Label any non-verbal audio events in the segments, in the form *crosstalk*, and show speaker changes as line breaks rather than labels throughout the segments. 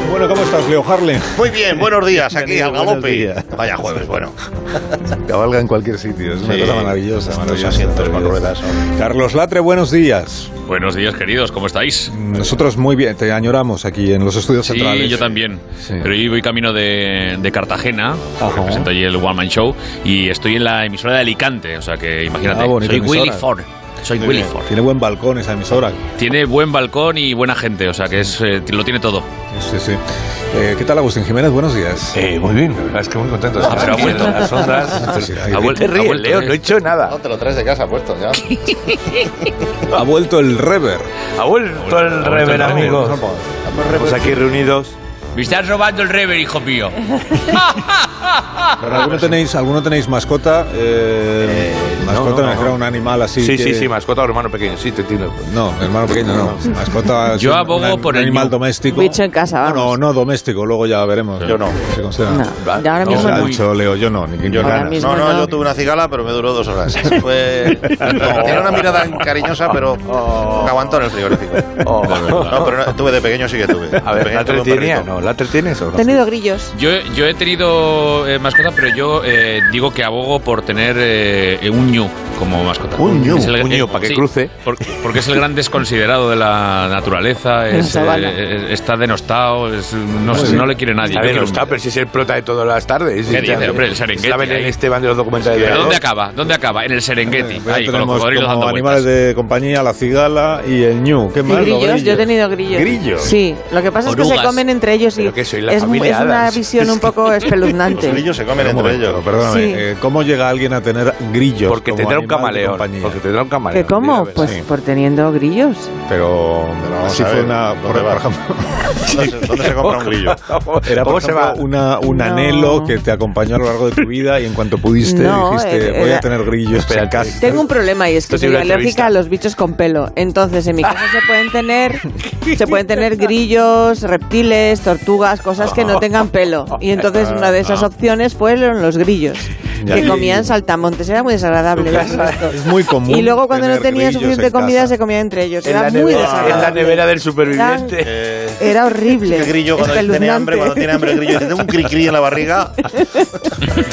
días, Leo Harlem.
Muy bien, buenos días, aquí
Bienvenido,
al
buenos
galope.
días.
Vaya jueves, bueno.
*laughs* Cabalga en cualquier sitio, es una
Sí.
cosa maravillosa.
Estos
maravillosa,
asientos con
maravillosa.
ruedas son-
Carlos Latre, buenos días. Mm,
Buenos días, queridos, ¿cómo estáis?
Nosotros muy bien, te añoramos aquí en los estudios centrales.
Sí, yo también.
Sí. Ah.
Pero yo voy camino de, de Cartagena,
Ajá.
presento allí el One Man Show, y estoy en la emisora de Alicante, o sea que imagínate.
Ah, bonita
soy
emisora.
Willy Ford. Soy
Muy
Willy
bien.
Ford.
Tiene buen balcón esa emisora.
Tiene buen balcón y buena gente, o sea que es, eh, lo tiene todo.
Sí, sí. Eh, ¿Qué tal, Agustín Jiménez? Buenos días.
Eh, muy bien, la verdad es que muy contento. de
Ah,
estar
pero ha
aquí
vuelto.
en Las ondas.
Sí, ahí-
Ha vuelto,
Te
ha
ríes,
vuelto,
Leo,
eh.
no he hecho nada.
No te lo traes de casa puesto ya.
ha vuelto el rever.
Ha vuelto el
vuelto el
rever,
rever.
amigos. Estamos aquí reunidos.
Me estás robando el rever, hijo mío.
¿Alguno tenéis, ¿Alguno tenéis mascota? Eh,
no,
mascota
no,
me
no.
refiero a un animal así.
Sí, sí,
que-
sí, mascota o hermano pequeño. Sí, te entiendo.
No, hermano pequeño no. Mascota es
Yo
un-
abogo
un,
por
un
el
animal
ñu.
doméstico.
Bicho en casa, vamos.
No, no, no doméstico, luego ya veremos.
Yo no.
Se considera.
No,
Va,
ya ahora
No,
mismo
ha
no.
dicho Leo, yo no, ni quien
Ahora
gana.
mismo.
No, no,
no.
yo tuve una cigala, pero me duró dos horas. Fue... Tiene una mirada cariñosa, pero me aguantó en el frigorífico.
Oh.
No, pero no, tuve de pequeño, sí que tuve.
A *laughs* ver, ¿la
tuve un
entretenía?
perrito.
No, ¿la entretienes o
He
no?
tenido grillos.
Yo, yo he tenido eh, mascota, pero yo eh, digo que abogo por tener eh, un ñu como mascota.
Un ñu,
Es eh,
un ñu, para que cruce.
por- porque es el gran desconsiderado de la naturaleza, es,
sabana.
eh, eh, está denostado, es- no, sé, no le quiere nadie.
A
Yo
ver,
quiero
no
un
está,
ñu.
pero si es el prota de todas las tardes.
¿Qué
Sí,
dice,
ya,
hombre? El Serengeti
Estaba en
ahí.
el este van de los documentales de
¿Pero dónde
Verador.
acaba? ¿Dónde acaba? En el Serengeti,
Ya
ahí, con los
tenemos
cocodrilos
como
dando
animales
vueltas.
de compañía la cigala y el ñu. ¿Qué
¿Y
más? Los
grillos? Yo he tenido grillos.
¿Grillos?
Sí. Lo que pasa es que
Orugas.
se comen entre ellos y
¿Pero qué soy, la
es, mu-
familia
es una
Adams? *laughs*
visión un poco
Los
espeluznante.
grillos se comen
Pero un
entre
momento,
ellos.
Perdóname,
Sí.
eh, ¿cómo llega alguien a tener grillos?
Porque
como
tendrá un
animal de
camaleón.
compañía?
Porque tendrá un
¿Qué
camaleón.
cómo?
Mira,
Pues *laughs*
sí.
por teniendo grillos.
Pero,
vamos
así
a
fue
ver,
una. por-
prueba.
por ejemplo,
¿Dónde se- ¿Dónde se compra un grillo?
era por
¿Cómo se va?
ejemplo, una- un
No.
anhelo que te acompañó a lo largo de tu vida y en cuanto pudiste
No, eh,
dijiste,
era-
voy a
era-
tener grillos en
Espérate.
casa.
Tengo un problema y es que
Esto sí
soy
una
alérgica
entrevista.
a los bichos con pelo. Entonces, en mi casa se
*laughs*
pueden tener se pueden tener grillos, reptiles, tortugas, cosas
*laughs*
que no tengan pelo. Y entonces una de
Ah.
esas opciones fueron los grillos,
Ya.
que comían saltamontes. Era muy
*laughs*
desagradable. verlos esto.
Es muy común.
Y luego cuando no
tener
tenían
grillos
suficiente
en
comida
casa.
se comían entre ellos.
En
Era
la
muy
nevera- en la
desagradable.
nevera
*laughs*
del superviviente.
Eh,
Era
es
horrible.
que el grillo cuando tiene
espeluznante.
hambre, cuando tiene hambre el grillo, dice, tengo un cri-cri en la barriga.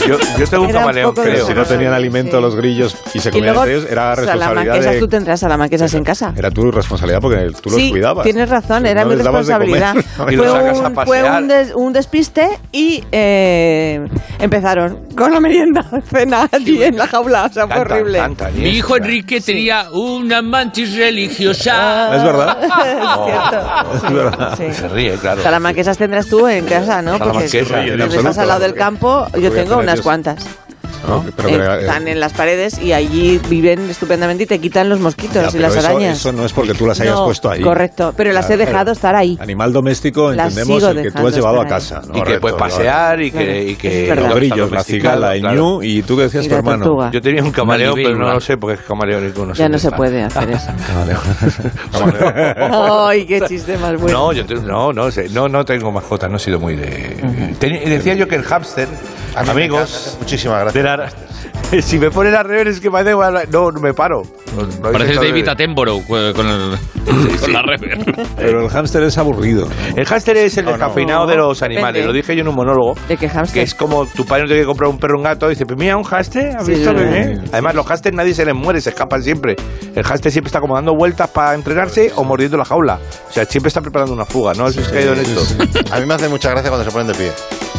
Yo, yo tengo un
Era un
camaleón,
poco
creo.
Pero si no
desagradable,
tenían alimento
sí.
los grillos y se
Y
comían
luego
entre ellos, era responsabilidad
salamanquesas,
de...
tú tendrás salamanquesas en casa.
Era tu responsabilidad porque tú los
sí,
cuidabas.
Tienes razón,
Pero
era
no
mi
les dabas de comer.
responsabilidad.
*laughs*
Y
fue
los sacas a
un, fue
pasear.
un des- un despiste y eh, empezaron con la merienda, cena allí en la jaula. O sea, fue
Canta,
horrible. *laughs*
canta,
Mi
Iniesta.
hijo Enrique tenía una mantis
Ah,
religiosa.
*laughs*
Es verdad.
es cierto.
Es verdad.
Sí,
Se ríe, claro.
Salamanquesas tendrás tú en casa, ¿no? Porque
Salamanquesas, en
donde estás
absoluto.
al lado del campo,
Voy a
yo tengo
tener
unas
ellos.
cuantas.
No, pero
Eh,
que, eh,
están en las paredes y allí viven estupendamente y te quitan los
ya,
mosquitos y
pero
las
eso,
arañas.
Eso no es porque tú las hayas
No,
puesto ahí.
Correcto, pero las he
Claro.
dejado estar ahí.
Animal doméstico,
Las
entendemos,
sigo
el que tú
dejando
has llevado a
estar ahí.
casa.
Y que
Correcto,
puedes
vale.
pasear y
Claro.
que... Y que
Es verdad.
Los
está
grillos, la
domesticado,
cigala, el
claro.
ñu y tú que decías
Y
tu
la
hermano.
tortuga.
Yo tenía un camaleón,
Malibé,
pero no
¿verdad?
lo sé porque es camaleón y tú no sé
Ya no
dónde
se
está.
puede hacer eso. *laughs*
*laughs*
Vale.
Ay, qué chiste más bueno.
No, yo te- no, no sé. No, no tengo mascota, no he sido muy de. Teni- decía yo que el hámster,
A mí me
amigos,
encanta. Muchísimas
de
gracias.
la- *laughs* si me ponen al revés es que me da igual la- No, no me paro. No- no
Pareces
intento-
David Attenborough eh, con, el, con la rever.
Pero el hámster
*laughs*
es aburrido.
El hámster es el
No, no.
descafeinado de los animales.
Depende.
Lo dije yo en un monólogo.
¿De qué hámster?
Que es como tu padre no tiene que comprar un perro o un gato. Dice, pues mira, un hámster. ¿Has
Sí,
visto
es
que
verdad.
eh?". Además, los hámsters nadie se les muere, se escapan siempre. El hámster siempre está como dando vueltas para entrenarse o mordiendo la jaula. O sea, siempre está preparando una fuga, ¿no? Eso es caído en esto.
A mí me hace mucha gracia cuando se ponen de pie.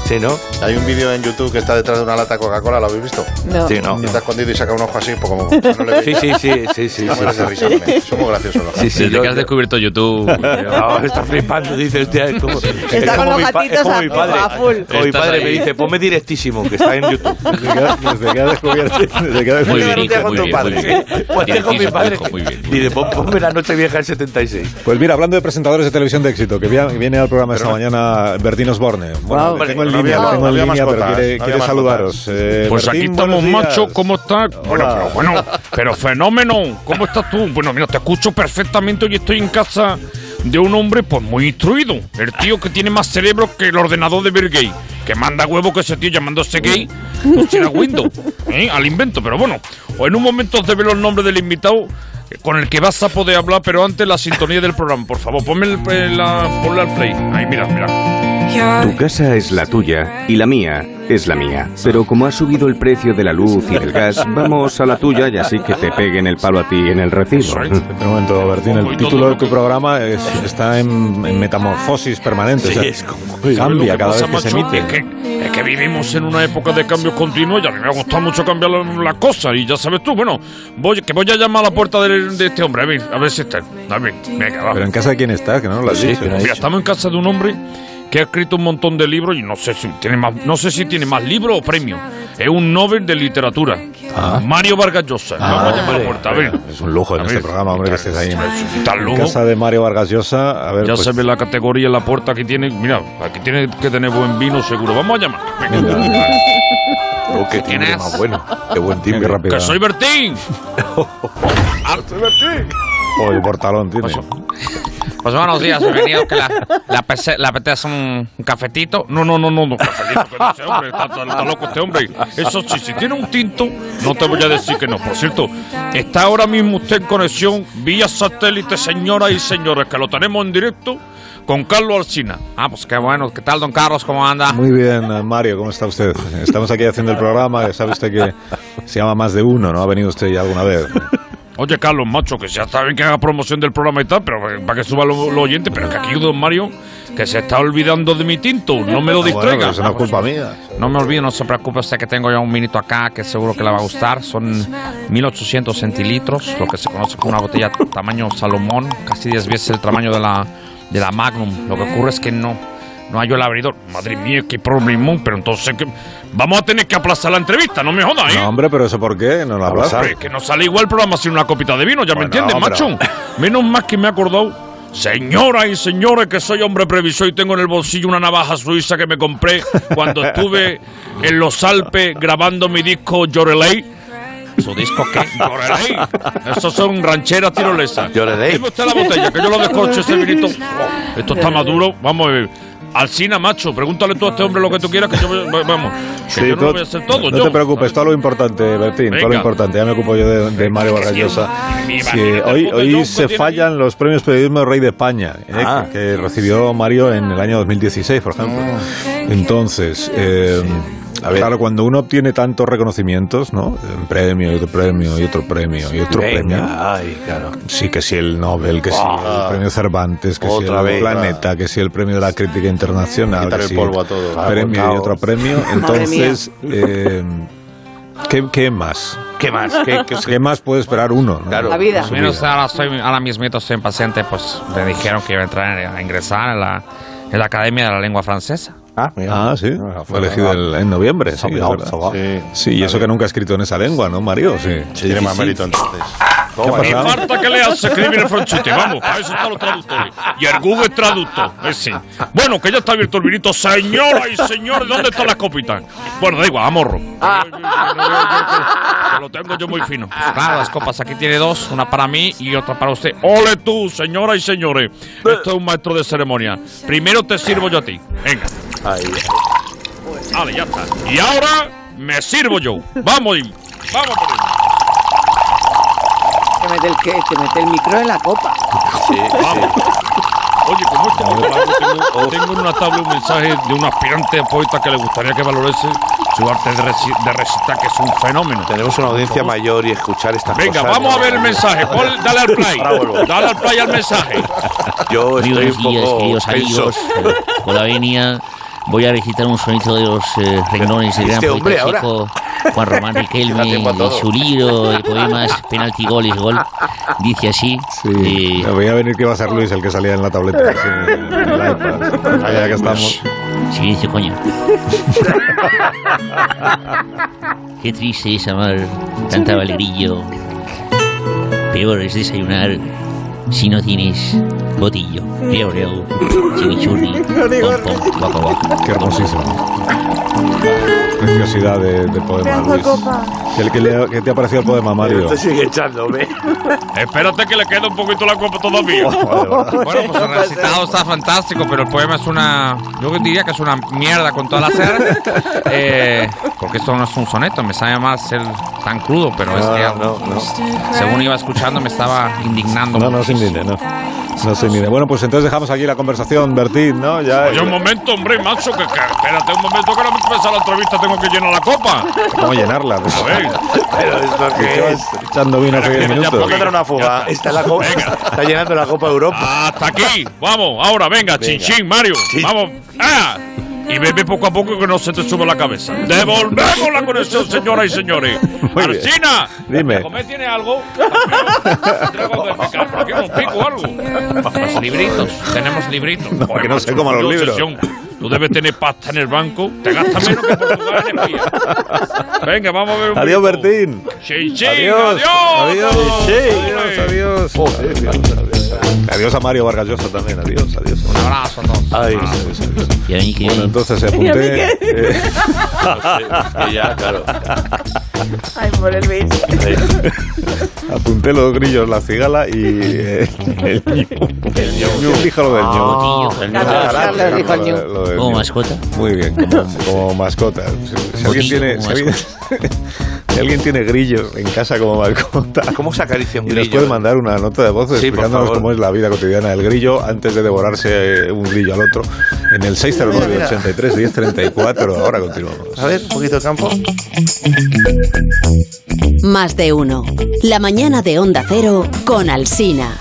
Sí, ¿no?
Hay un vídeo en YouTube que está detrás de una lata de Coca-Cola, ¿lo habéis visto?
No.
Sí, no.
Y está escondido y saca un ojo así, pues
*laughs*
como no le
Sí,
veis.
sí, sí, sí, sí.
Te mueres de risa con él. Somos graciosos los
Sí, sí,
Desde
yo-
que has descubierto
*laughs*
YouTube.
No, está flipando, dice hostia, es como, es
con
como
los
mi pa- es
gatitos
como
a-
mi padre.
a full.
Como mi
Estás
padre me
ahí.
dice, ponme directísimo, que está en YouTube.
Desde que ha- desde que ha descubierto. Desde que ha
Muy
descubierto-
bien, hijo, muy bien, muy bien.
Pues tengo mi
Directísimo,
padre.
hijo, muy bien.
que- Dice, "Pon- ponme la noche vieja del 76.
Pues mira, hablando de presentadores de televisión de éxito, que via- viene al programa esta mañana Bertín Osborne. Bueno,
Wow.
le tengo en
No
línea,
había-
lo tengo
no
en
había
línea, pero
mascotas,
quiere,
no
quiere
había
saludaros. Eh,
Pues aquí
Bertín,
estamos,
buenos días.
macho, ¿cómo estás? Bueno, pero bueno, pero fenómeno, ¿cómo estás tú? Bueno, mira, te escucho perfectamente, hoy estoy en casa de un hombre pues muy instruido, el tío que tiene más cerebro que el ordenador de Bill Gates, que manda huevo que ese tío llamándose gay, pues era Windows, ¿eh? al invento, pero bueno, o en un momento os develo el nombre del invitado eh, con el que vas a poder hablar, pero antes la sintonía del programa, por favor, ponme el, eh, la, ponle al play, ahí mira, mira.
Tu casa es la tuya y la mía es la mía. Pero como ha subido el precio de la luz y del gas, vamos a la tuya y así que te peguen el palo a ti en el recibo.
De este momento, Bertín, el título de tu programa es- está en, en metamorfosis permanente. o sea, cambia cada vez que se
macho, Es
emite.
que, es que vivimos en una época de cambios continuos y a mí me ha gustado mucho cambiar la- las cosas. Y ya sabes tú, bueno, voy, que voy a llamar a la puerta del- de, este hombre, a ver, a ver si está. A ver, venga, va.
Pero en casa de quién estás, que no lo has
Sí,
dicho.
mira, estamos en casa de un hombre que ha escrito un montón de libros y no sé si tiene más, no sé si tiene más libros o premios. Es un Nobel de literatura. Mario Vargas Llosa.
Ah.
Vamos a llamar a la puerta, a ver.
Es un lujo en
A
este
ver,
programa, hombre, que estés ahí.
Tal
En
lujo.
casa de Mario Vargas Llosa, a ver,
Ya
pues,
se ve la categoría, la puerta que tiene. Mira, aquí tiene que tener buen vino seguro. Vamos a llamar. Venga.
Oh, qué timbre
¿Quién es?
más bueno. Qué buen
mira qué
timbre.
rápido.
Que soy Bertín.
Oh, el portalón tiene.
Pues buenos días, bienvenidos. Que la, la, pese- la apetece un, un cafetito.
No, no, no, no, no. Cafetito, que no ese este hombre, está, está- está loco este hombre. Eso sí, si tiene un tinto, no te voy a decir que no. Por cierto, está ahora mismo usted en conexión vía satélite, señoras y
Pues
señores, que lo tenemos en directo con Carlos Alsina.
Ah, pues qué bueno. ¿Qué tal, don Carlos? ¿Cómo anda?
Muy bien, eh, Mario, ¿cómo está usted? Estamos aquí haciendo el programa, que sabe usted que se llama Más de Uno, ¿no? Ha venido usted ya alguna vez.
Oye, Carlos, macho, que ya está bien que haga promoción del programa y tal, pero eh, para que suba los oyentes, pero que aquí don Mario, que se está olvidando de mi tinto, no me lo
Ah, bueno, pero
distraiga.
eso no es culpa mía.
No me olvido, no se preocupe, sé que tengo ya un minito acá que seguro que le va a gustar. Son 1800 centilitros, lo que se conoce como una botella tamaño salomón, casi 10 veces el tamaño de la, de la Magnum. Lo que ocurre es que no, no hallo el abridor.
Madre mía, qué problemón, pero entonces que vamos a tener que aplazar la entrevista, no me jodas, ¿eh?
No, hombre, pero eso por qué, no lo hablas.
Hombre, que no sale igual el programa sin una copita de vino, ya me
Bueno,
entiendes, macho.
pero-
Menos más que me he acordado. Señoras y señores, que soy hombre previsor y tengo en el bolsillo una navaja suiza que me compré cuando estuve en los Alpes grabando mi disco Lloreley.
¿Su disco qué?
Lloreley. Esos son rancheras tirolesas.
Lloreley.
Dime usted la botella, que yo lo descorcho ese vinito. Oh, esto está maduro. Vamos a ver. Alcina, macho, pregúntale tú a este hombre lo que tú quieras, que yo voy- vamos. Que
Sí,
yo no
tú-
lo voy a hacer todo.
no
yo.
te preocupes, todo lo importante, Bertín, todo lo
Venga.
importante. Ya me ocupo yo de, de Mario Vargas Llosa.
Mi
Sí,
barriga de
hoy
puta, yo
hoy
pues,
que
se
tiene
fallan los premios Periodismo Rey de España, eh,
Ah.
que recibió Mario en el año 2016, por ejemplo. Entonces, eh, a ver, Mm. claro, cuando uno obtiene tantos reconocimientos, ¿no? Un premio y otro premio y otro premio y otro premio.
Venga, ay, claro.
Sí, que sí el Nobel, que sí el premio Cervantes, que sí
Otra
el
vez,
Planeta, que sí el premio de la crítica internacional.
Quitar
que
el
sí
polvo a todo.
el Premio y
Claro,
otro premio. Entonces, eh, ¿qué, qué más?
¿Qué más?
*laughs*
¿Qué, qué-
¿Qué más puede esperar uno? no?
Claro.
La vida.
Su
Menos
vida.
ahora, estoy, ahora mismito estoy impaciente, pues me dijeron que iba a entrar a ingresar en la, en la Academia de la Lengua Francesa.
Ah, mira.
Ah, sí.
Ah,
Fue elegido el- en noviembre. Sí, es verdad.
Sí.
Sí, y eso que nunca ha escrito en esa lengua, ¿no, Mario? Sí.
Tiene más mérito entonces.
¿Qué ha
Y
pasado?
falta que le hace escribir el franchute, vamos, para eso están los traductores. Y el Google traductor, ese. Bueno, que ya está abierto el vinito, señoras y señores, ¿dónde están las copitas? Bueno, da igual, amorro. Que lo tengo yo muy fino.
Claro, las copas aquí tiene dos, una para mí y otra para usted.
Ole tú, señoras y señores, esto es un maestro de ceremonia. Primero te sirvo yo a ti, venga. Vale, ya está. Y ahora me sirvo yo. Vamos, y- vamos por ello.
Te mete el, que, te mete el micro en la copa.
Oye, como esto me parado, tengo, tengo en una tabla un mensaje de un aspirante a poeta que le gustaría que valorase su arte de, reci- de recitar, que es un fenómeno.
Tenemos una audiencia mayor y escuchar estas
Venga,
cosas.
vamos a ver el mensaje. Pon- dale al
*laughs*
play. Dale al play al mensaje.
Yo
Muy
estoy
buenos
un
días,
poco
queridos
tenso.
amigos. Hola, Venia. Voy a recitar un sonido de los eh, renglones del gran
Este hombre
poeta
ahora.
checo Juan
*laughs*
Román
Da tiempo a
Riquelme, de
todo.
su libro de poemas Penalti, Goles, Gol. Dice así.
Sí.
eh,
Voy a venir que va a ser Luis el que salía en
*laughs*
la tableta. sí, en el iPad. Ah, ya que
eh,
estamos.
Silencio, coño. Qué triste es amar, cantaba el grillo. Peor es desayunar si no tienes botillo. Reo, reo, chimichurri, pom, pom, guapo, guapo.
Qué hermosísimo. Preciosidad de, de poema, Luis. ¿Qué, qué le- qué te ha parecido el poema, Mario?
Este
Te sigue echándome.
Espérate que le queda un poquito la copa todavía.
Bueno, pues el recitado está fantástico, pero el poema es una. Yo diría que es una mierda con todas las
*laughs*
R. Eh, porque esto no es un soneto, me sabe mal ser tan crudo, pero es que
No, no, no.
según iba escuchando me estaba indignando.
No, no, sin dinero. No sé ni de. Bueno, pues entonces dejamos aquí la conversación, Bertín, ¿no? Ya. eh,
Oye, un momento, hombre, macho, que, que- espérate un momento que no me empieza la entrevista, tengo que llenar la copa.
¿Cómo llenarla?
A ver,
Pero esto
¿Qué
que es.
vas echando vino hace 10
tiene ya
minutos?
poquito.
Encuentra una fuga.
Está, la copa- está llenando la Copa Europa.
hasta aquí, vamos, ahora, venga, chinchín, Mario, vamos, ah, y bebe poco a poco que no se te suba la cabeza. Devolvemos la conexión, señoras y señores.
Muy bien.
Marcina,
Dime.
¿para comer tiene algo? ¿Tiene algo de picar? ¿Por qué un pico o algo? Pues libritos, tenemos libritos. Joder,
que no
macho,
sé cómo los
yo
libros.
obsesión. Tú debes tener pasta en el banco, te gastas menos que Portugal en espía. Venga, vamos a ver un
Adiós,
poquito.
Bertín.
Chinchín,
Adiós.
adiós.
Adiós.
Ole.
Adiós. Adiós. Adiós a Mario Vargas Llosa también. Adiós. Adiós.
Un abrazo a todos.
Adiós, adiós, adiós.
Y a mí que-
Bueno, entonces apunté.
Mira, Miguel.
eh,
ya, claro.
Ay, por el bicho.
apunté los grillos, la cigala y eh, el ñu. ¿Quién dijo lo del ñu?
Botillo, Fernando.
Carlos, Carlos dijo el
Lo de-
ñu.
lo del
Como
ñu.
mascota.
Muy bien, como, como mascota. Si, si alguien
Botillo
tiene, si
como
alguien, *laughs* si alguien tiene grillos en casa como mascota,
¿Cómo se acaricia un
y nos
grillo?
puede mandar una nota de
Sí,
voz
por
explicándonos
favor.
cómo es la vida cotidiana del grillo antes de devorarse eh, un grillo al otro en el 609-83-1034. *laughs* Ahora continuamos.
A ver, un poquito de campo.
Más de uno. La mañana de Onda Cero con Alsina.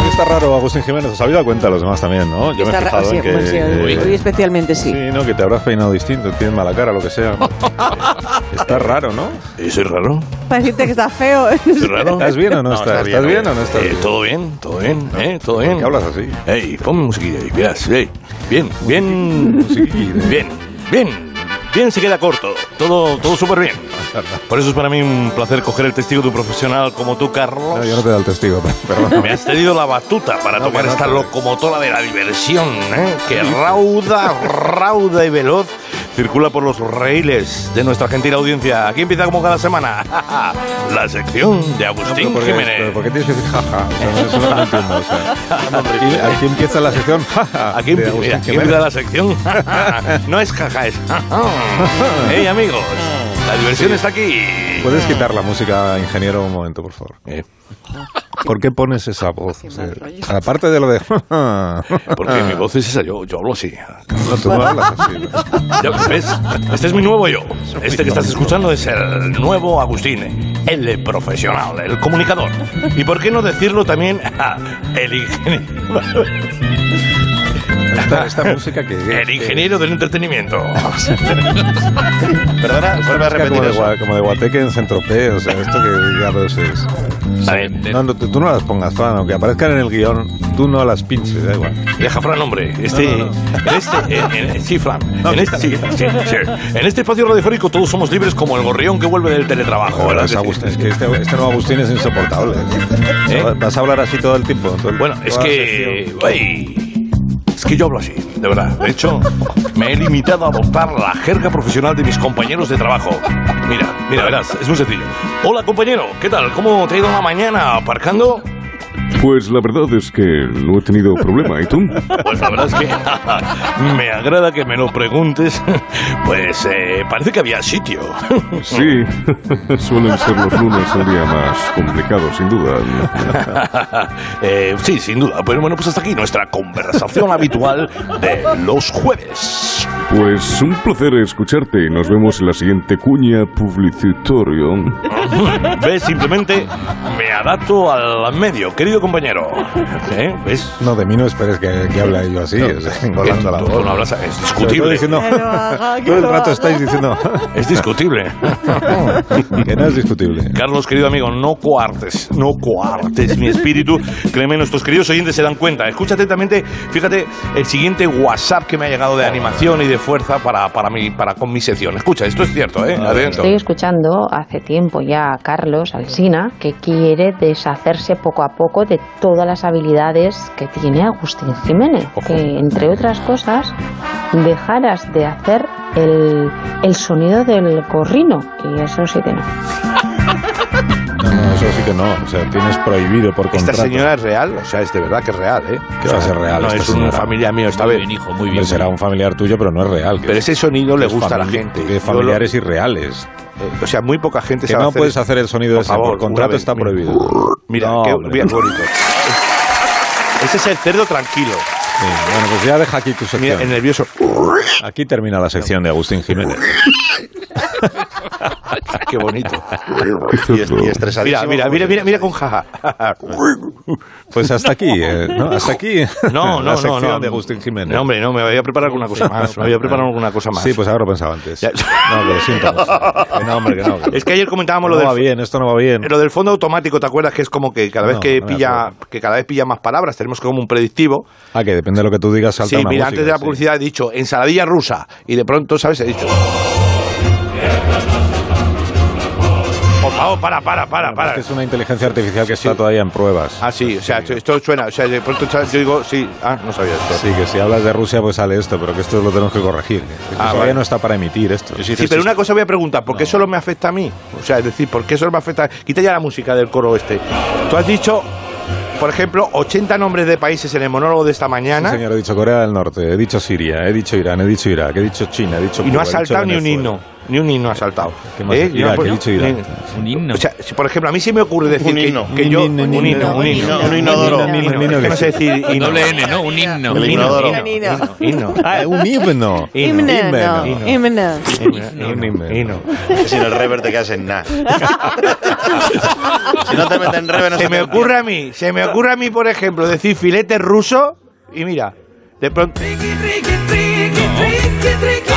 Hoy Está raro Agustín Jiménez, os habéis dado cuenta los demás también, ¿no? Yo me he
Está ra-
fijado
sí,
en que...
bueno, sí, hoy, hoy
eh,
especialmente sí.
Sí, ¿no? Que te habrás peinado distinto, tienes mala cara, lo que *laughs* sea. Está raro, ¿no?
Eh, soy raro?
Para decirte que está feo.
¿Soy
*laughs*
raro?
¿Estás bien o no,
No,
estás?
está bien,
¿Estás bien,
hombre.
o no estás?
Eh, todo bien, todo bien, eh, todo bien.
¿Qué hablas así?
Ey, ponme musiquilla ahí, verás, ey. Bien, bien,
musiquilla.
bien, bien, bien se queda corto. Todo, todo súper bien. Por eso es para mí un placer coger el testigo de un profesional como tú, Carlos.
No, yo no te da el testigo, *laughs* perdón.
Me has cedido la batuta para
No,
tomar
no,
esta
no.
locomotora de la diversión, ¿eh? que rauda, rauda y veloz circula por los reiles de nuestra gentil audiencia. Aquí empieza como cada semana *laughs* la sección de
Pero
Agustín
¿por, qué, pero
Jiménez.
¿Por qué tienes que decir jaja? O sea, no, eso no lo entiendo.
*laughs*
O sea, eh. aquí, aquí empieza la sección jaja.
Aquí,
Ah, de
empie-
Agustín
mira, aquí
Jiménez.
empieza la sección.
*laughs*
no es caja, es. hey amigos, la diversión está aquí.
¿Puedes quitar la música, ingeniero, un momento, por favor?
Eh,
¿Por qué pones esa voz? O sea, aparte de *laughs* lo de... jaja.
Porque mi voz es esa, yo, yo hablo así.
No, tú no hablas así. ¿no?
Ya ves, este es mi nuevo yo. Este que estás escuchando es el nuevo Agustín, el profesional, el comunicador. Y por qué no decirlo también *laughs* el ingeniero,
Esta, esta música que...
el ingeniero del entretenimiento.
Perdona, vuelve a
Música
repetir
como, de,
eso.
Gua- como de Guateque en Centrope, o sea, esto que ya lo es.
A ver, de-
No, no, tú tú no las pongas, Fran, aunque aparezcan en el guión, tú no las pinches, da igual.
Deja Fran, hombre. Este,
No, no,
en este, en- en- sí, Fran. en, este, sí, sí, sí. en este espacio radiofónico todos somos libres como el gorrión que vuelve del teletrabajo.
Joder,
¿verdad
es
que sí?
Agustín, es que este, este nuevo Agustín es insoportable.
¿Eh?
Vas a hablar así todo el tiempo. todo el-
Bueno, es
toda la
que.
sesión.
ey, es que yo hablo así, de verdad. De hecho, me he limitado a adoptar la jerga profesional de mis compañeros de trabajo. Mira, mira, verás, es muy sencillo. Hola, compañero, ¿qué tal? ¿Cómo te ha ido la mañana aparcando?
Pues la verdad es que no he tenido problema, ¿y tú?
Pues la verdad es que *laughs* me agrada que me lo preguntes. *laughs* Pues eh, parece que había sitio.
Sí, *laughs* suelen ser los lunes el día más complicado, sin duda.
*laughs* Eh, sí, sin duda. Pero bueno, pues hasta aquí nuestra conversación habitual de los jueves.
Pues un placer escucharte y nos vemos en la siguiente cuña publicitorio.
¿Ves? Simplemente me adapto al medio, querido compañero. ¿Eh? ¿Ves?
No, de mí no esperes que, que hable yo así, o sea, *laughs* engolando la
Tú- tú
voz.
no hablas- es
Sobre todo
discutible.
diciendo-
Que lo
*laughs*
haga, que
todo el
lo
rato
haga.
estáis diciendo
Es discutible. *laughs*
que no es discutible.
Carlos, querido amigo, no coartes, no coartes mi espíritu. Créeme, nuestros queridos oyentes se dan cuenta. Escucha atentamente, fíjate el siguiente WhatsApp que me ha llegado de animación y de fuerza para, para, mí, para con mi sección. Escucha, esto es cierto, ¿eh? Adentro.
Estoy escuchando hace tiempo ya a Carlos Alsina que quiere deshacerse poco a poco de todas las habilidades que tiene Agustín Jiménez.
Ojo.
Que, entre otras cosas, dejaras de hacer el, el sonido del corrino. Y eso sí que no.
No, no, eso sí que no. O sea, tienes prohibido por contrato.
Esta señora es real, o sea, es de verdad que es real, ¿eh?
¿Qué
O sea,
va a ser real
No
esta
es un
señora?
familia mío esta vez.
Hombre, será un familiar tuyo, pero no es real.
Pero ese sonido le
Es
gusta a la
famili-
gente. eh,
que familiares irreales.
O sea, muy poca gente
Que
sabe
no
hacer
puedes
eso.
hacer el sonido
Por
ese,
favor,
por contrato
una vez.
está prohibido.
Mira,
No,
qué
hombre.
bien bonito. Ese es el cerdo tranquilo.
Sí, bueno, pues ya deja aquí tu sección.
el nervioso.
Aquí termina la sección de Agustín Jiménez.
Ah, Qué bonito.
Y, est- y
Mira,
estresadísimo.
mira, mira, mira, mira con *laughs* jaja.
Pues hasta aquí, eh, ¿no? Hasta aquí.
No, no,
*laughs* la
no,
sección
no.
de Agustín Jiménez.
No, hombre, no, me voy a preparar alguna cosa más. Me voy a preparar alguna cosa más.
Sí, pues ahora lo pensaba antes.
Ya.
No, que lo siento. mucho.
*laughs*
Que no, hombre, que no. que
Es que ayer comentábamos
no
lo
va
del,
bien, esto no va bien.
lo del fondo automático, ¿te acuerdas? Que es como que cada vez
No,
que
no me
pilla,
acuerdo.
que cada vez pilla más palabras, tenemos como un predictivo.
Ah, que depende de lo que tú digas, salta
sí, mira,
una música,
antes de la
sí.
publicidad he dicho ensaladilla rusa y de pronto, ¿sabes? He dicho. Por favor, para, para, para,
Además,
para.
que Es una inteligencia artificial que está todavía en pruebas.
Ah, sí, o sea, esto suena, o sea, de pronto ¿sabes? yo digo, sí, ah, no sabía esto.
Sí, que si hablas de Rusia pues sale esto, pero que esto lo tenemos que corregir. que esto todavía
Ah, vale.
no está para emitir esto.
Sí, pero una cosa voy a preguntar, ¿por qué solo me afecta a mí? O sea, es decir, ¿por qué solo me afecta? Quita ya la música del coro este. Tú has dicho, por ejemplo, 80 nombres de países en el monólogo de esta
Sí,
mañana
señor, he dicho Corea del Norte, he dicho Siria, he dicho Irán, he dicho Irak, he dicho China, he dicho
y no
Cuba,
ha
he dicho
saltado ni un
Venezuela.
himno. Ni un himno ha saltado.
¿Qué más?
¿Eh?
Irak,
Yo, pues,
he dicho Irak.
ni-
Un himno.
O sea, si, por ejemplo, a mí sí me ocurre decir
Un
que-
himno.
que, yo... Un himno, un himno.
Un himno, un himno de oro.
Un himno.
Un himno
Es que no sé
que
decir himno.
Doble N, ¿no? Un himno.
El
Himno,
inodoro.
himno,
*laughs* Himno.
Himno.
*laughs* Ah, un himno.
Himno. Himno.
Un himno.
Himno.
Si no el rever te quedas en nada. si no te meten en rever, no
se
te
me ocurre a mí, se me ocurre a mí, por ejemplo, decir filete ruso y mira, de pronto.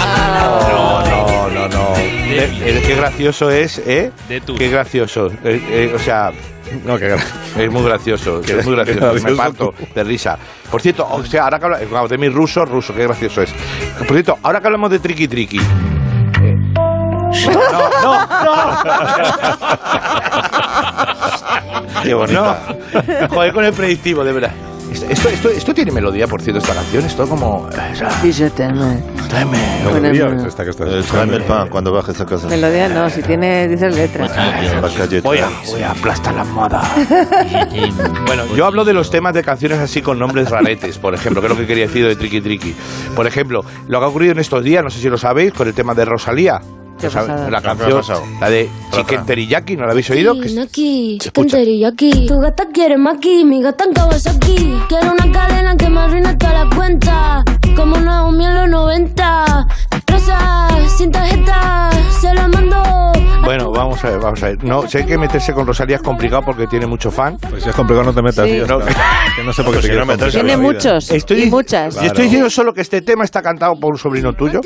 No, no, no, no. Eh, eh, Qué gracioso es, ¿eh?
De tu-
Qué gracioso. Eh, eh, o sea,
No, que
es muy gracioso, es muy gracioso.
gracioso
Me parto de risa. Por cierto, o sea, ahora que hablamos de mi ruso, ruso, qué gracioso es. Por cierto, ahora que hablamos de triqui triqui. eh, No, no,
Qué bonito.
No, joder con el predictivo, de verdad. Esto, esto, esto, esto tiene melodía, por cierto, esta canción. Esto como. Tráeme.
esta que está.
Eh, Tráeme el pan cuando bajes a casa.
Melodía no, si tiene, dices letras.
En la calle.
Voy a, voy a aplastar la moda.
Este, Bueno,
Yo hablo de los temas de canciones así con nombres raretes, por ejemplo, que es lo que quería decir de Triqui Triqui. Por ejemplo, lo que ha ocurrido en estos días, no sé si lo sabéis, con el tema de Rosalía.
¿Qué
Lo sabe-
pasada?
La
¿Qué ha
canción,
pasado?
la de Chicken Teriyaki, ¿no la habéis oído? Que-
aquí,
se escucha.
aquí. Tu gata quiere maqui, mi gata en aquí. Quiero una cadena que me arruine toda la cuenta. Como una homie en los 90. Rosa, sin tarjeta, se la mando. a
Bueno,
tu
vamos a ver, vamos a ver. No, sé que meterse con Rosalía es complicado porque tiene mucho fan.
Pues si es complicado no te metas,
Sí.
tío,
No.
está. Que no sé por
Pues
qué te
si
quieres
no metes-
complicar
Tiene
la vida.
muchas y
dic-
muchas.
Yo estoy diciendo solo que este tema está cantado por un sobrino tuyo.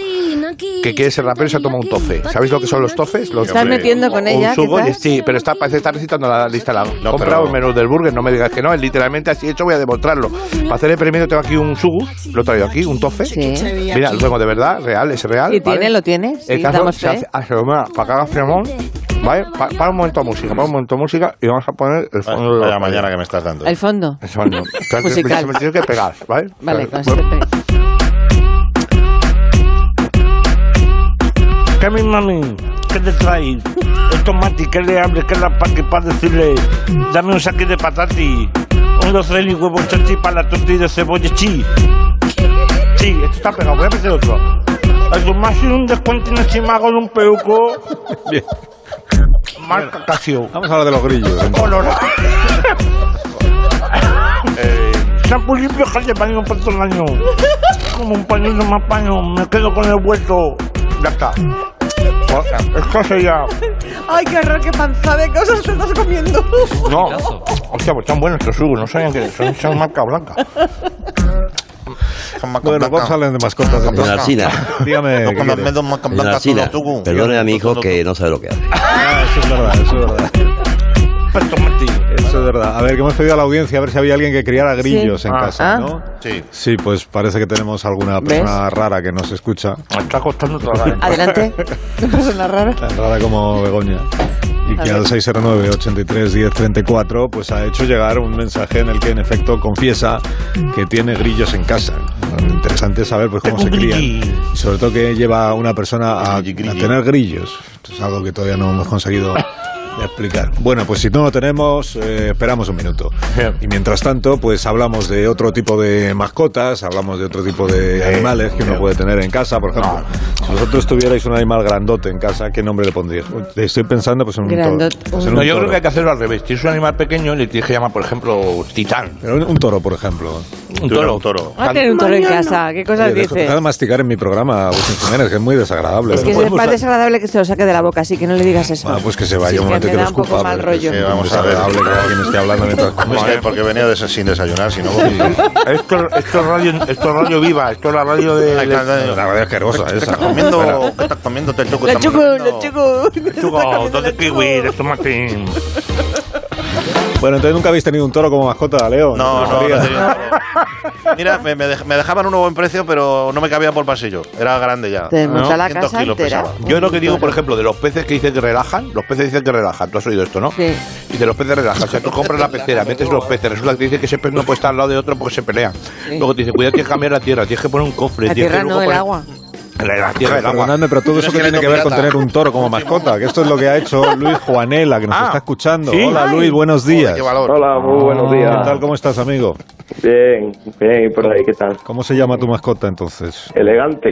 que quiere ser rapero y se ha tomado un tofe. ¿Sabéis lo que son los tofes? Los
Estás
Hombre,
metiendo con
o un
ella,
sugo,
quizás.
sí, pero está, parece que está recitando la lista. La
pero-
compra o el menú del burger, no me digas que no, es literalmente así hecho, voy a demostrarlo. Para hacer el premio tengo aquí un sugu, lo he traído aquí, un tofe.
Sí.
Mira, lo tengo de verdad, real, es real.
Y tiene, lo tiene, sí,
El caso
damos
se
fe.
hace, asoma, para que haga fremón, ¿vale? Pa- para un momento música, para un momento música y vamos a poner el fondo de
Vaya mañana que me estás dando.
El fondo.
El
*laughs*
fondo.
Musical.
Me tienes que pegar, ¿vale?
Vale,
Claro.
con este
¿Qué mi mami? ¿Qué te traes? El tomate, ¿qué le hambre? ¿Qué la pa' que para decirle? Dame un saque de patati. Un dos tres y huevo chanchi para la tortilla de cebolla chi. Sí, esto está pegado, voy a meter otro. El tomate un descuento en el chimago de un peuco.
Bien.
Marca Casio.
Vamos a hablar de los grillos. entonces.
Colorado.
Shampoo limpio, jal de baño para todo el año. Como un pañuelo más paño, me quedo con el hueso.
Ya está. Esto sería.
Ay, qué horror, qué panza de cosas te estás comiendo.
No. Hostia, pues están buenos estos subos, no sabían que son, son marca blanca.
Bueno, vamos a hablar de mascotas.
Don
entonces.
Alsina.
*laughs* Dígame.
No
¿qué
comas
quieres?
menos más
Señor
blanca tú,
Alsina,
no, tú.
perdone a mi hijo que no sabe lo que hace.
Ah, eso es verdad, eso es verdad. Eso es verdad. A ver, que hemos pedido a la audiencia a ver si había alguien que criara grillos en
Ah.
casa,
Ah.
¿no?
Sí.
Sí, pues parece que tenemos alguna
¿Ves?
persona rara que nos escucha,
Me está costando toda la
*laughs* Adelante. ¿Qué persona rara?
tan rara como Begoña, y que al 609-83-1034 pues ha hecho llegar un mensaje en el que en efecto confiesa que tiene grillos en casa. Interesante saber pues cómo se crían. Y sobre todo que lleva a una persona a, a tener grillos. Esto es algo que todavía no hemos conseguido de explicar. Bueno, pues si no lo tenemos, eh, esperamos un minuto. Y mientras tanto, pues hablamos de otro tipo de mascotas, hablamos de otro tipo de animales que uno puede tener en casa, por ejemplo. Si vosotros tuvierais un animal grandote en casa, ¿qué nombre le pondrías? Estoy pensando pues en un toro.
Grandote.
Pues en
No,
un
yo creo
toro.
que hay que hacerlo al revés. Si es un animal pequeño, le tienes que llamar, por ejemplo, titán.
Pero un, un toro, por ejemplo.
Un toro. Un toro.
Va a tener un toro en casa. ¿Qué cosas
Oye, dejo-
dices?
dejad de mastigar en mi programa, Agustín Jiménez, que es muy desagradable. pues,
Es que es más desagradable que se lo saque de la boca, así que no le digas eso.
Ah, pues que se vaya
Sí,
un momento
me
que
da
nos
un poco
culpa.
mal
porque
rollo.
es
vamos a ver.
desagradable que alguien esté
*laughs*
hablando mientras...
Es que porque he venido de- sin desayunar, si no.
Esto, esto es radio, esto es radio viva, esto es la radio de...
Ay, claro, claro.
La
*laughs*
radio asquerosa esa.
Comiendo, estás comiéndote el choco.
Los
estamos
chucos,
comiendo-
los chucos. *laughs*
Lechuga, dos de kiwi, de tomate.
Bueno, entonces nunca habéis tenido un toro como mascota, Leo.
No,
¿Te
no,
gustaría?
no tenía- Mira, me, me dej- me dejaban uno buen precio, pero no me cabía por pasillo. Era grande ya.
Te monta la
200
casa
kilos
entera.
pesaba.
Yo lo que digo, por ejemplo, de los peces que dicen que relajan, los peces dicen que relajan, tú has oído esto, ¿no?
Sí.
Y de los peces relajan, o sea, tú compras la pecera, metes los peces, resulta que te dice que ese pez no puede estar al lado de otro porque se pelean. Luego te dice, cuidado, tienes que cambiar la tierra, tienes que poner un cofre,
La
tienes
tierra
que
no,
luego
el
poner-
agua.
La, la tierra, el agua.
Perdonadme, pero todo eso que tiene que ver con tener un toro como mascota, que esto es lo que ha hecho Luis Juanela, que nos
Ah,
está escuchando.
sí.
Hola
Ay.
Luis, buenos días.
Qué valor.
Hola, muy buenos días.
¿Qué tal? ¿Cómo estás, amigo?
Bien, bien, y por ahí, ¿qué tal?
¿Cómo se llama tu mascota entonces?
Elegante.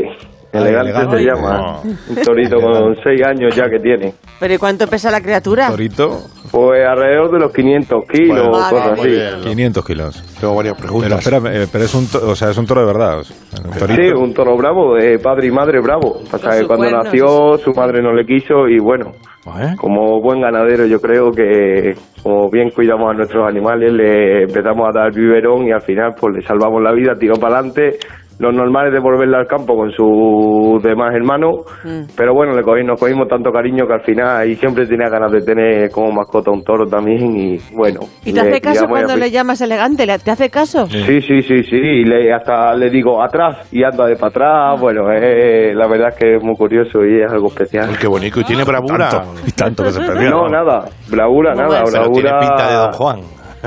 Elegante,
Ah, elegante. Ah.
se llama. Un torito con
*laughs*
seis años ya que tiene.
¿Pero y cuánto pesa la criatura?
¿Torito?
Pues alrededor de los 500 kilos
Bueno,
o
vale.
cosas así.
500 kilos.
Tengo varias
Pero
preguntas.
espera, eh, pero es un, to- o sea, es un toro de verdad. o sea, un torito.
Sí, un toro bravo, de padre y madre bravo. Pasa
Con
que
sus
cuando
cuernos.
nació su madre no le quiso y bueno,
¿Eh?
como buen ganadero yo creo que como bien cuidamos a nuestros animales, le empezamos a dar biberón y al final pues le salvamos la vida, tiró para adelante. Lo normal es devolverle al campo con sus demás hermanos,
Mm.
pero bueno, le cogí- nos cogimos tanto cariño que al final y siempre tenía ganas de tener como mascota un toro también y bueno.
¿Y te
le
hace caso
criamos y
cuando
al
le
fin-
llamas elegante? ¿Le- ¿Te hace caso?
Sí, sí, sí, sí, y le, hasta le digo atrás y anda de para atrás, bueno, eh, la verdad es que es muy curioso y es algo especial.
Qué bonito, y tiene bravura.
Tanto, y tanto que se perdió.
No, nada, bravura,
¿Cómo
nada,
es?
Pero tiene
bravura.
pinta de Don Juan.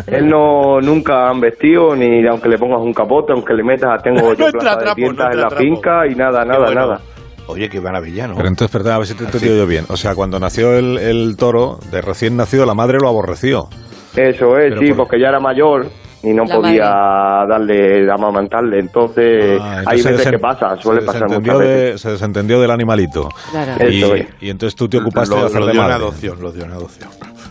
Él no, nunca han vestido, ni aunque le pongas un capote, aunque le metas, tengo
*laughs*
yo
entra
plata de
trapo,
tientas
no
en
entra
la
trapo.
finca y nada,
Qué
nada,
bueno.
nada.
Oye, qué maravilla, ¿no?
Pero entonces, perdón, a ver si te he entendido yo bien. O sea, cuando nació el, el toro, de recién nacido, la madre lo aborreció.
Eso es,
Pero
sí,
por-
porque ya era mayor y no
La
podía darle, amamantarle, entonces,
Ah,
Eh, hay
entonces se
veces
desen-
que pasa, suele
se
pasar
desentendió
muchas veces.
de- se desentendió del animalito.
Claro.
Y,
Eso es.
y entonces tú te ocupaste de
lo,
hacer
lo
de
dio en
madre.
adopción, lo dio en adopción.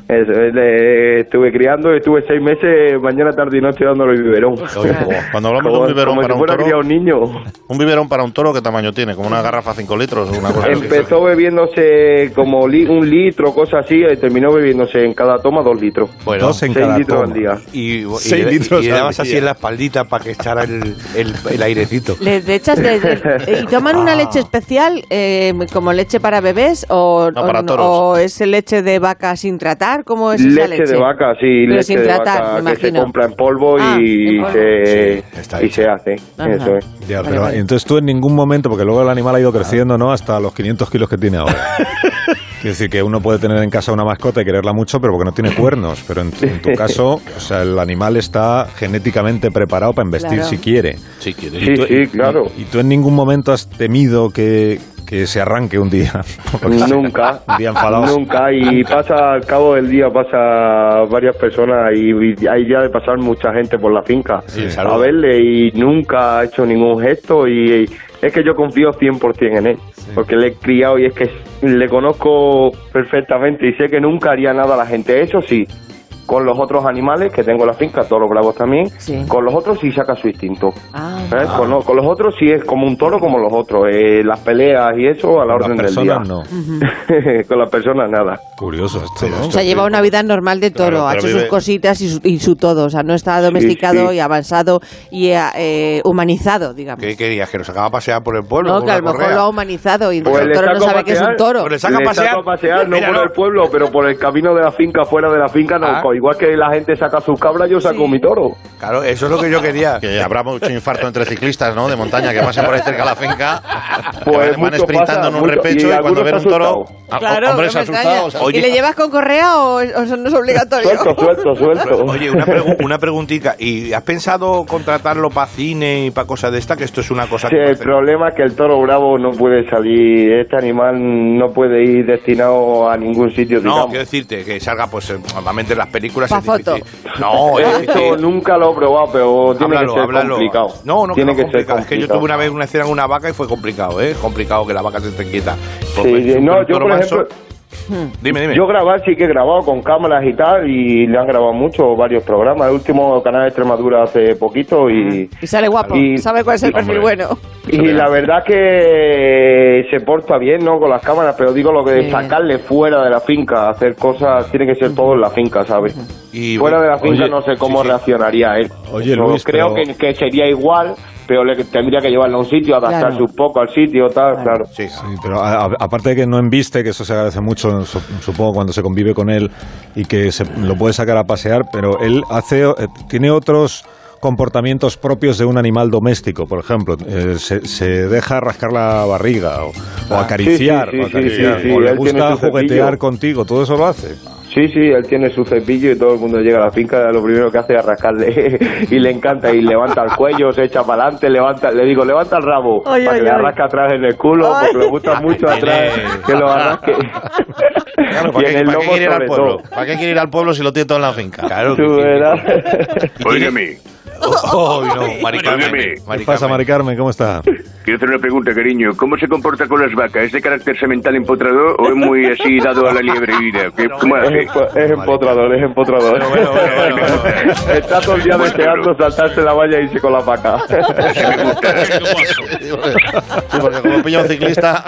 Eso es, le estuve criando, estuve seis meses, mañana, tarde y noche dándole biberón.
Oye, cuando hablamos de un
Como-
biberón
como si
para un
fuera
toro,
criado un niño.
un biberón para un toro, ¿qué tamaño tiene? Como una garrafa 5 litros, una cosa así.
Empezó bebiéndose como li- un litro, cosas así, y terminó bebiéndose en cada toma dos litros.
Bueno,
Dos en
seis
cada
litros
toma.
al día.
y, y,
Seis
le-
litros
y le
al
dabas así
día.
en la espaldita para que echara el, el, el airecito.
¿Les de- echas
*laughs*
de- de- y toman una
Ah.
leche especial eh, como leche para bebés o,
No, para
o,
toros.
o es leche de vaca sin tratar? ¿Cómo es esa
Leche,
leche?
de vaca, sí,
Pero
leche
sin
de
tratar,
vaca
me
que se
imagino.
compra en polvo
Ah,
y,
en polvo.
Se,
Sí, está
y
hecha.
se hace.
Ajá.
Eso es.
Ya,
Vale,
pero
vale.
entonces tú en ningún momento, porque luego el animal ha ido creciendo, ¿no? Hasta los 500 kilos que
*laughs*
tiene ahora. Quiere decir que uno puede tener en casa una mascota y quererla mucho, pero porque no tiene cuernos. Pero en tu, en tu caso, o sea, el animal está genéticamente preparado para investir
Claro.
si quiere.
Si quieres.
Sí, sí, claro.
Y tú en ningún momento has temido que, que se arranque un día. *laughs*
Nunca,
Un día enfadados.
nunca, y pasa al cabo del día, pasa varias personas y, y hay ya de pasar mucha gente por la finca a
saludo.
verle eh, y nunca ha hecho ningún gesto y, eh, es que yo confío 100% en él, porque le he criado y es que le conozco perfectamente y sé que nunca haría nada a la gente, eso sí. Con los otros animales que tengo en la finca, todos los bravos también,
Sí.
con los otros sí saca su instinto.
Ah,
¿eh? Con, lo- con los otros sí es como un toro como los otros, eh, las peleas y eso a la
Las
orden del día.
personas no.
*laughs* con las personas nada.
Curioso esto, ¿no?
o sea, lleva una vida normal de toro,
Claro,
ha
pero
hecho
vive-
sus cositas y su, y su todo, o sea, no está domesticado
sí.
y avanzado y eh, humanizado, digamos.
¿Qué querías? ¿Que nos sacaba a pasear por el pueblo?
No,
con
que a lo
una
mejor
correa?
lo ha humanizado y
Pues
el
le
toro no
saco a
sabe que es un
pasear,
toro.
Pues le saca a
Le
pasear.
saco a pasear, no
Mira,
por
no.
el pueblo, pero por el camino de la finca, fuera de la finca, nos
Ah.
cogimos igual que la gente saca sus cabras, yo saco mi toro.
Claro, eso es lo que yo
*laughs*
quería. Que habrá mucho infarto entre ciclistas, ¿no? De montaña, que pasen por ahí cerca de la finca. que
Pues
van, van
mucho
sprintando
pasa,
en un
mucho.
repecho
Y
y, cuando
algunos
ven un toro. ah,
asustados.
a- a-
Claro,
hombres
no me extraña.
asustados.
¿Y le llevas con correa o, o eso no es obligatorio?
Oye, una, pregu- una preguntita. ¿Y has pensado contratarlo para cine y para cosas de esta? Que esto es una cosa
Sí,
que...
el problema es que el toro bravo no puede salir, este animal no puede ir destinado a ningún sitio,
No,
digamos.
quiero decirte que salga, pues, eh, normalmente en las películas
Pa'
es difícil. No, es
Esto
difícil.
nunca lo he probado, pero tiene
Háblalo,
que ser
háblalo.
complicado.
No, no, que
tiene
no
que, ser
complicado.
complicado.
Es que yo tuve una vez una escena con una vaca y fue complicado, ¿eh? Es complicado que la vaca se te inquieta. Pues,
Sí, sí, no, yo, por ejemplo-
Dime, dime.
Yo grabar sí que he grabado con cámaras y tal, y le han grabado mucho, varios programas. El último canal de Extremadura hace poquito y...
Y sale guapo,
Y-
sabe cuál es el perfil
Hombre.
bueno.
Y la verdad que se porta bien, ¿no? Con las cámaras, pero digo lo que de
Sí.
sacarle fuera de la finca, hacer cosas, tiene que ser todo en la finca, ¿sabes?
Y
fuera de la
oye,
finca no sé cómo
sí, sí.
reaccionaría él.
Oye,
Yo
Luis,
creo
pero-
que, que sería igual, pero le tendría que llevarlo a un sitio, adaptarse
Claro.
un poco al sitio, tal, claro.
Sí, pero a- a- aparte de que no embiste, que eso se agradece mucho, su- supongo, cuando se convive con él y que se, lo puede sacar a pasear, pero él hace, eh, tiene otros comportamientos propios de un animal doméstico, por ejemplo, eh, se, se deja rascar la barriga o, o acariciar,
Ah, sí, sí,
o
sí,
acariciar,
sí, sí,
o le
él tiene
gusta
su cepillo.
juguetear contigo, todo eso lo hace.
Sí, sí, él tiene su cepillo y todo el mundo llega a la finca, lo primero que hace es rascarle y le encanta y levanta el cuello, se echa para adelante, levanta, le digo, levanta el rabo
Ay,
para
ay,
que le
ay.
arrasque atrás en el culo,
Ay.
porque le
Ah,
gusta mucho atrás que
*laughs*
lo arrasque.
¿Para qué,
y en el
para qué
lomo
quiere ir al
sobre
pueblo?
todo.
¿Para qué quiere ir al pueblo si lo tiene todo en la finca? Claro.
Tú *laughs* verás.
Óigame.
Oh, no,
Óigame.
¿Qué pasa, Mari Carmen? ¿Cómo está?
Quiero hacer una pregunta, cariño. ¿Cómo se comporta con las vacas? ¿Es de carácter semental empotrador o es muy así dado a la liebre ira? ¿Qué- ¿Cómo
Es,
hace?
empo- es empotrador, es empotrador. *laughs* Está todo el día deseando saltarse la valla y irse con la vaca.
Sí, porque como pilla un ciclista.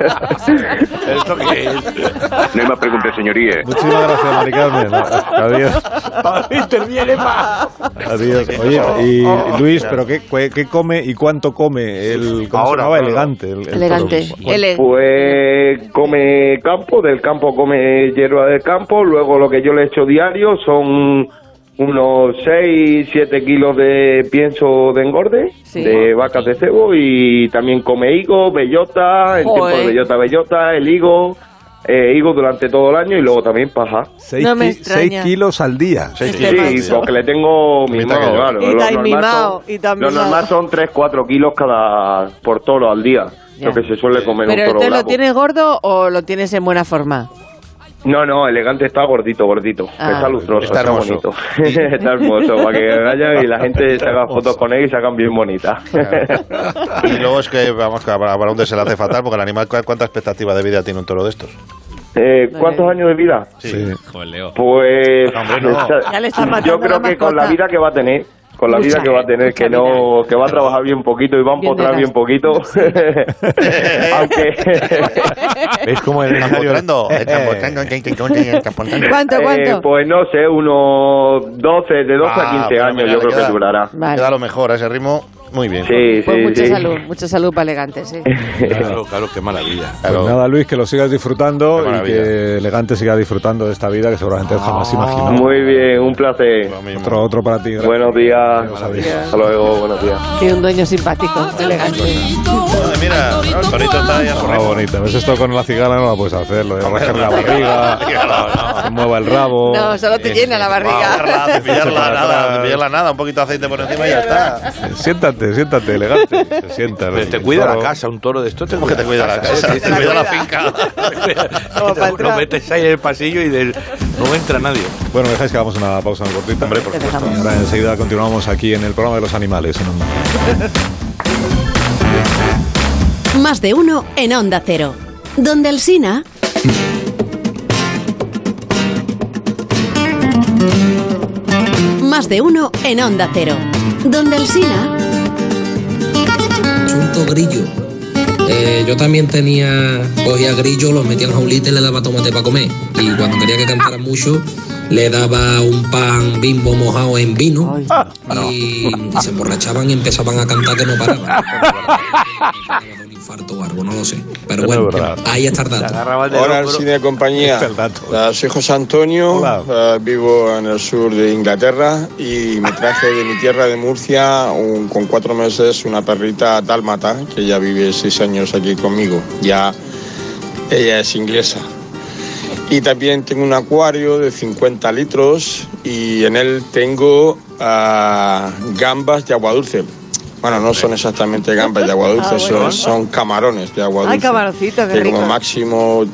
¿Esto qué es?
No hay más preguntas, señoría.
Muchísimas gracias,
*laughs*
Mari Carmen. Adiós.
Interviene más.
Adiós. Oye, y Luis, ¿pero qué, qué- qué come y cuánto come? El, ¿Cómo
Ahora,
se llamaba?
claro.
Elegante. el- el toro.
Ele-
Pues come campo, del campo come hierba del campo, luego lo que yo le echo diario son unos 6, 7 kilos de pienso de engorde,
Sí.
de vacas de cebo y también come higo, bellota, en tiempo de
Joder.
bellota, bellota, el higo, eh, higo durante todo el año y luego también paja.
Seis,
No me
ki-
extraña.
seis kilos al día.
Sí, porque le tengo mimado,
que yo.
claro.
Este Y
Lo
tan
normal
mimado,
son-
y tan
Lo normal
mimado.
son 3, 4 kilos cada por toro al día, lo que se suele comer un
¿Pero
toro
entonces lo
bravo.
tienes gordo o lo tienes en buena forma?
No, no, elegante está gordito, gordito.
Ah.
Está lustroso,
Está
está,
hermoso.
bonito. está hermoso, para que vaya y la gente se haga fotos con él y se hagan bien bonitas.
Y luego es que, vamos, que para para un se le hace fatal, porque el animal, ¿cu- ¿cuánta expectativa de vida tiene un toro de estos?
Eh, ¿Cuántos años de vida?
Sí.
Pues
Hombre, no.
está-
Ya le está matando
yo creo
la
que con la
mascota.
vida que va a tener, con la
Mucha,
vida que va a tener, que no, que va a trabajar bien poquito y va a
Bien
empotrar bien
verás.
*laughs*
poquito. *laughs* Aunque
es como el
Empotrando,
Eh,
empotrando, empotrando.
¿Cuánto, cuánto?
pues no sé, unos 12, de 12
Ah,
a 15
pero
años
mira,
yo
le
creo
queda-
que durará.
Vale.
Queda lo mejor a ese ritmo. Muy bien.
Sí,
Pues mucha salud, mucha salud para elegante, sí.
Claro, claro, qué maravilla.
Pues nada, Luis, que lo sigas disfrutando y que Elegante siga disfrutando de esta vida que seguramente él
Ah,
jamás imaginó.
Muy bien, un placer.
Otro, otro para ti. gracias.
Buenos días. Hasta luego, buenos días.
*laughs* Tiene un dueño simpático, elegante.
Mira, el torito está ahí a su
Ah,
ritmo.
bonita. ¿Ves esto con la cigala? No la puedes hacer. Lo de rascar
*laughs*
la barriga, que mueva el
Oh,
rabo.
No, solo te llena la barriga. Ah,
Cepillarla, cepillarla nada, cepillarla nada, un poquito de aceite por encima y ya está.
Siéntate, siéntate, elegante. Se sienta.
Pero te cuida la casa, un toro de estos. ¿Cómo que *laughs* te
cuida la casa? Te cuida la finca.
*laughs* Lo metes ahí en el pasillo y del- no entra nadie.
Bueno, ¿me dejáis que hagamos una pausa muy cortita. Hombre, por
supuesto.
Y ahora enseguida continuamos aquí en el programa de los animales. en un-
Más de uno en Onda Cero. Donde Alsina. Más de uno en Onda Cero. Donde Alsina.
Asunto grillo. Eh, yo también tenía, cogía grillo, los metía en jaulita y le daba tomate para comer. Y cuando quería que cantara mucho, le daba un pan bimbo mojado en vino
*laughs*
y, y se emborrachaban y empezaban a cantar que no paraban. infarto o algo, no lo sé. Pero
No
bueno,
es verdad.
ahí está el dato.
Hola, Alcina y compañía. Ah, Soy José Antonio, ah, vivo en el sur de Inglaterra y me traje de mi tierra de Murcia un- con cuatro meses una perrita dálmata que ya vive seis años aquí conmigo. Ya ella es inglesa. Y también tengo un acuario de 50 litros y en él tengo ah, gambas de agua dulce. Bueno, no son exactamente gambas de agua dulce,
Ah, bueno.
son, son camarones de agua dulce
Ay, camaroncito, qué
que
rico.
como máximo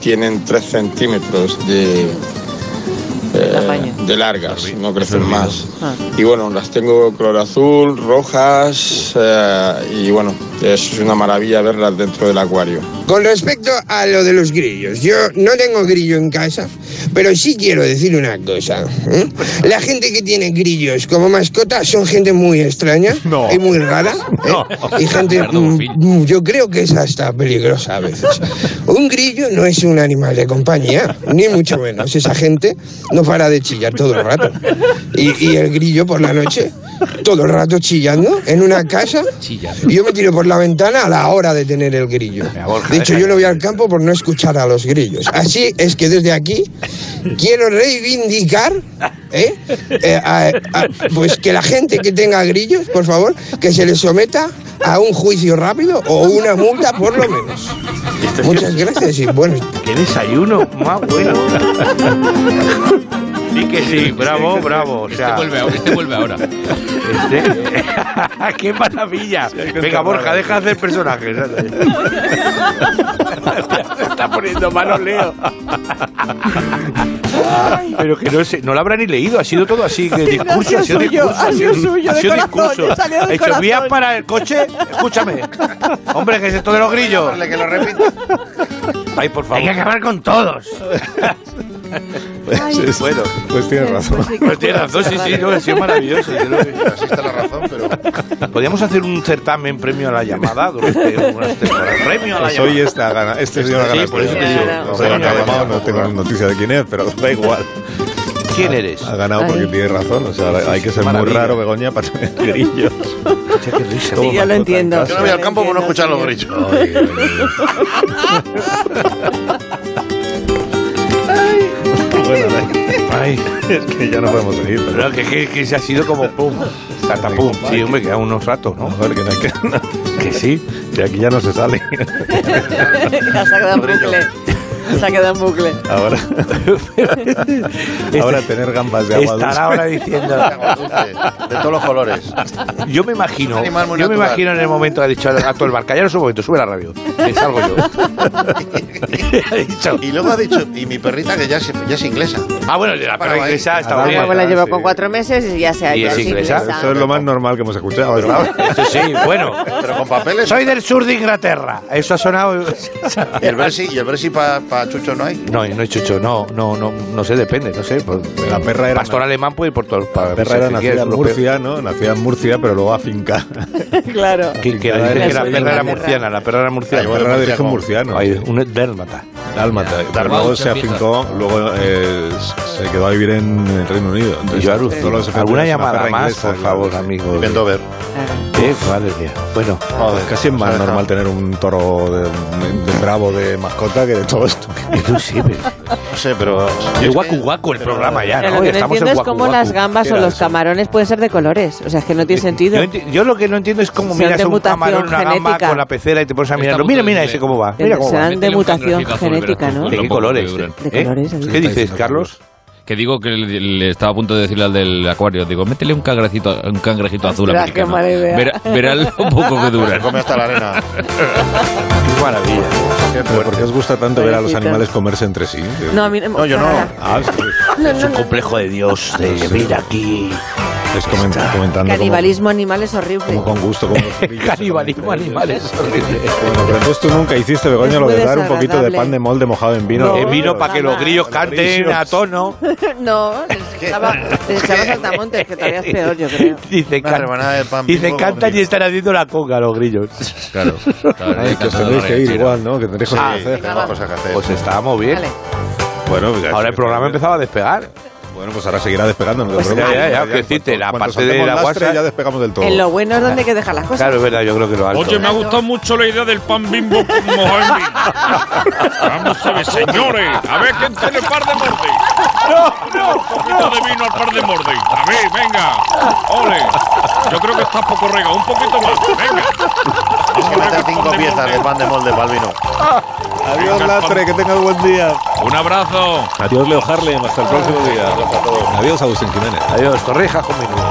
tienen 3 centímetros de, eh, de largas, no crecen más.
Ah.
Y bueno, las tengo color azul, rojas, eh, y bueno, es una maravilla verlas dentro del acuario.
Con respecto a lo de los grillos, yo no tengo grillo en casa, pero sí quiero decir una cosa. ¿eh? La gente que tiene grillos como mascota son gente muy extraña y muy rara. ¿eh? Y gente, mm, yo creo que es hasta peligrosa a veces. Un grillo no es un animal de compañía, ni mucho menos. Esa gente no para de chillar todo el rato. Y, y el grillo por la noche, todo el rato chillando en una casa. Y yo me tiro por la ventana a la hora de tener el grillo. De hecho, yo no voy al campo por no escuchar a los grillos. Así es que desde aquí quiero reivindicar, ¿eh? Eh, a- a- pues que la gente que tenga grillos, por favor, que se les someta a un juicio rápido o una multa por lo menos. Muchas gracias y buenos
¡Qué desayuno! ¡Más bueno! Sí que sí, bravo, bravo. O sea,
vuelve ahora, este vuelve ahora.
este- *laughs* ¡Qué maravilla! Venga, Borja, deja de hacer personajes.
*laughs*
Se está poniendo malo Leo. Pero que no, sé, no lo habrá ni leído, ha sido todo así. Que
Sí, no,
discurso,
ha sido suyo,
discurso,
ha sido suyo,
ha
de
sido
corazón,
discurso.
le salió del
Ha dicho, vía
corazón.
para el coche,
*laughs*
escúchame. Hombre, que es esto de los grillos?
Que lo repita.
Ay, por favor.
Hay que acabar con todos.
Pues,
Ay.
es-
Bueno.
pues tienes razón.
Pues tiene razón, sí, sí, no, ha sido maravilloso. yo creo que- Podríamos hacer un certamen premio a la llamada durante unas *laughs* temporadas. Premio a la
Pues
llamada.
hoy esta gana, este señor ha
Sí,
ganado.
por eso te digo.
No
Premio a
sé, no
la
ha ganado,
llamada.
no tengo noticia de quién es, pero da igual.
¿Quién eres?
Ha ganado porque
Ay.
tiene razón. O sea, hay que ser muy
Maravilla.
raro, Begoña, para tener *laughs* grillos.
Sí, yo lo entiendo.
Yo no voy al campo por no escuchar los grillos.
Bueno, *laughs* ay, es que ya no podemos seguir.
Pero que, que, que se ha sido como pum, catapum. Sí, hombre, quedan unos ratos, ¿no?
que, no hay
que, que sí,
que aquí ya no
*laughs*
se sale.
*laughs* Ya se ha quedado en bucle. Se ha quedado en bucle.
*laughs*
Ahora, ahora tener gambas de agua
Este Estará
dulce.
ahora diciendo. *laughs*
De todos los colores.
Yo me imagino,
Un
yo
animal muy
me
natural.
imagino en el momento que ha dicho a todo el bar, callaros un momento, sube la radio, que salgo yo. *laughs*
Y luego ha dicho, y mi perrita que ya es, ya es inglesa.
Ah, bueno, la
Para
perra
ahí.
inglesa está
Mi
bien.
abuela llevó con cuatro meses y ya se ha
Y
ya
es
es
inglesa.
inglesa.
Eso es lo más normal que hemos escuchado. ¿verdad?
Eso *laughs* sí, bueno.
Pero con papeles.
Soy del sur de Inglaterra. Eso ha sonado.
¿Y el Bersi, y el Bersi para Chucho no hay?
No, no es chucho, no, no, no, no sé, depende, no sé. pues,
La perra era
Pastor alemán puede ir por todos para
La perra era
si
nacida
quieres,
en
europeo.
Murcia, ¿no? Nacida en Murcia, pero luego afincada.
*laughs* Claro.
Que, que
Era
la, dicen que la
suya,
perra
la
era
perra.
murciana, la perra era murciana.
La perra de origen murciano.
Ay, un dálmata.
Dálmata. Pero luego se afincó, luego eh, se quedó a vivir en el Reino Unido. Entonces,
Yo
todos
alucino.
los efectos
¿Alguna
es una
llamada
perra
más,
inglesa,
por
claro.
favor, amigo?
Y Vendover.
Qué madre mía. Bueno,
Joder, casi es más normal tener un toro de, de bravo de mascota que de todo esto.
Inclusive.
No sé, pero.
el guacu guacu el programa ya,
Pero
¿no?
lo que no
Estamos en
entiendo es
guacu
cómo
guacu.
las gambas
¿Qué
o
era
los
eso?
camarones pueden ser de colores. O sea, es que no tiene sentido.
Yo, enti- yo lo que no entiendo es cómo
Serán
miras
de
a un
mutación
camarón, una gamba
genética.
con la pecera y te pones a mirarlo. Mira, mira ese cómo va. Mira cómo va.
Serán de mutación genética, ¿no?
¿De qué colores?
De colores, ¿eh?
¿Qué dices, Carlos?
Que digo que le, le estaba a punto de decirle al del acuario, digo, métele un cangrejito, un cangrejito azul
Ostras,
americano.
qué mala idea.
Verá, verá lo poco que dura.
Se come hasta la arena.
Qué maravilla.
Pero ¿Por qué os gusta tanto ver a los
Pobrecita.
animales comerse entre sí?
No, a mí no me gusta nada.
Ah, sí.
No, no, no.
complejo de
*laughs*
Dios, de venir aquí.
Es comen- comentando como,
Canibalismo animal es horrible.
como con gusto. Como los grillos.
Canibalismo *laughs* animales.
Bueno, pero entonces tú nunca hiciste, Begoña,
Es
lo
muy
de dar un poquito de
desagradable.
pan de molde mojado en vino. Eh,
En vino para que los grillos canten a
*laughs*
tono.
no, les echaba, les echaba saltamontes, que todavía es peor, yo creo.
*laughs* Dice,
Una rebanada de pan bimbo con
cantan y
grillo.
están haciendo la conga los grillos.
Claro.
Ay, que os tendréis que ir igual, ¿no? Que tendréis cosas
Ah,
que hacer.
Tengo cosas que hacer.
Pues estábamos bien.
Vale.
Bueno, pues ya
Ahora el
está.
programa empezaba a despegar.
Bueno, pues ahora seguirá despegando. no te
Pues
preocupes.
ya, ya, ya,
En
que decirte, la
cuanto
parte de
soltemos
la
lastre,
guasa-
Ya despegamos del todo.
En lo bueno es donde hay que dejar las cosas.
Claro, es verdad, yo creo que lo alto.
Oye, me ha gustado mucho la idea del pan bimbo con mojón bimbo. Vamos a ver, señores. A ver quién tiene par de mordes. No, no, Un poquito de vino al par de mordes. A ver, venga. Ole. Yo creo que está poco rega. Un poquito más. Venga.
Tienes que meter cinco piezas de pan de molde para el vino.
Adiós, Lastre, que tengas buen día.
Un abrazo.
Adiós, Leo Harlem, hasta el próximo día. Adiós, Agustín Jiménez. Adiós, Torrejas con menudo.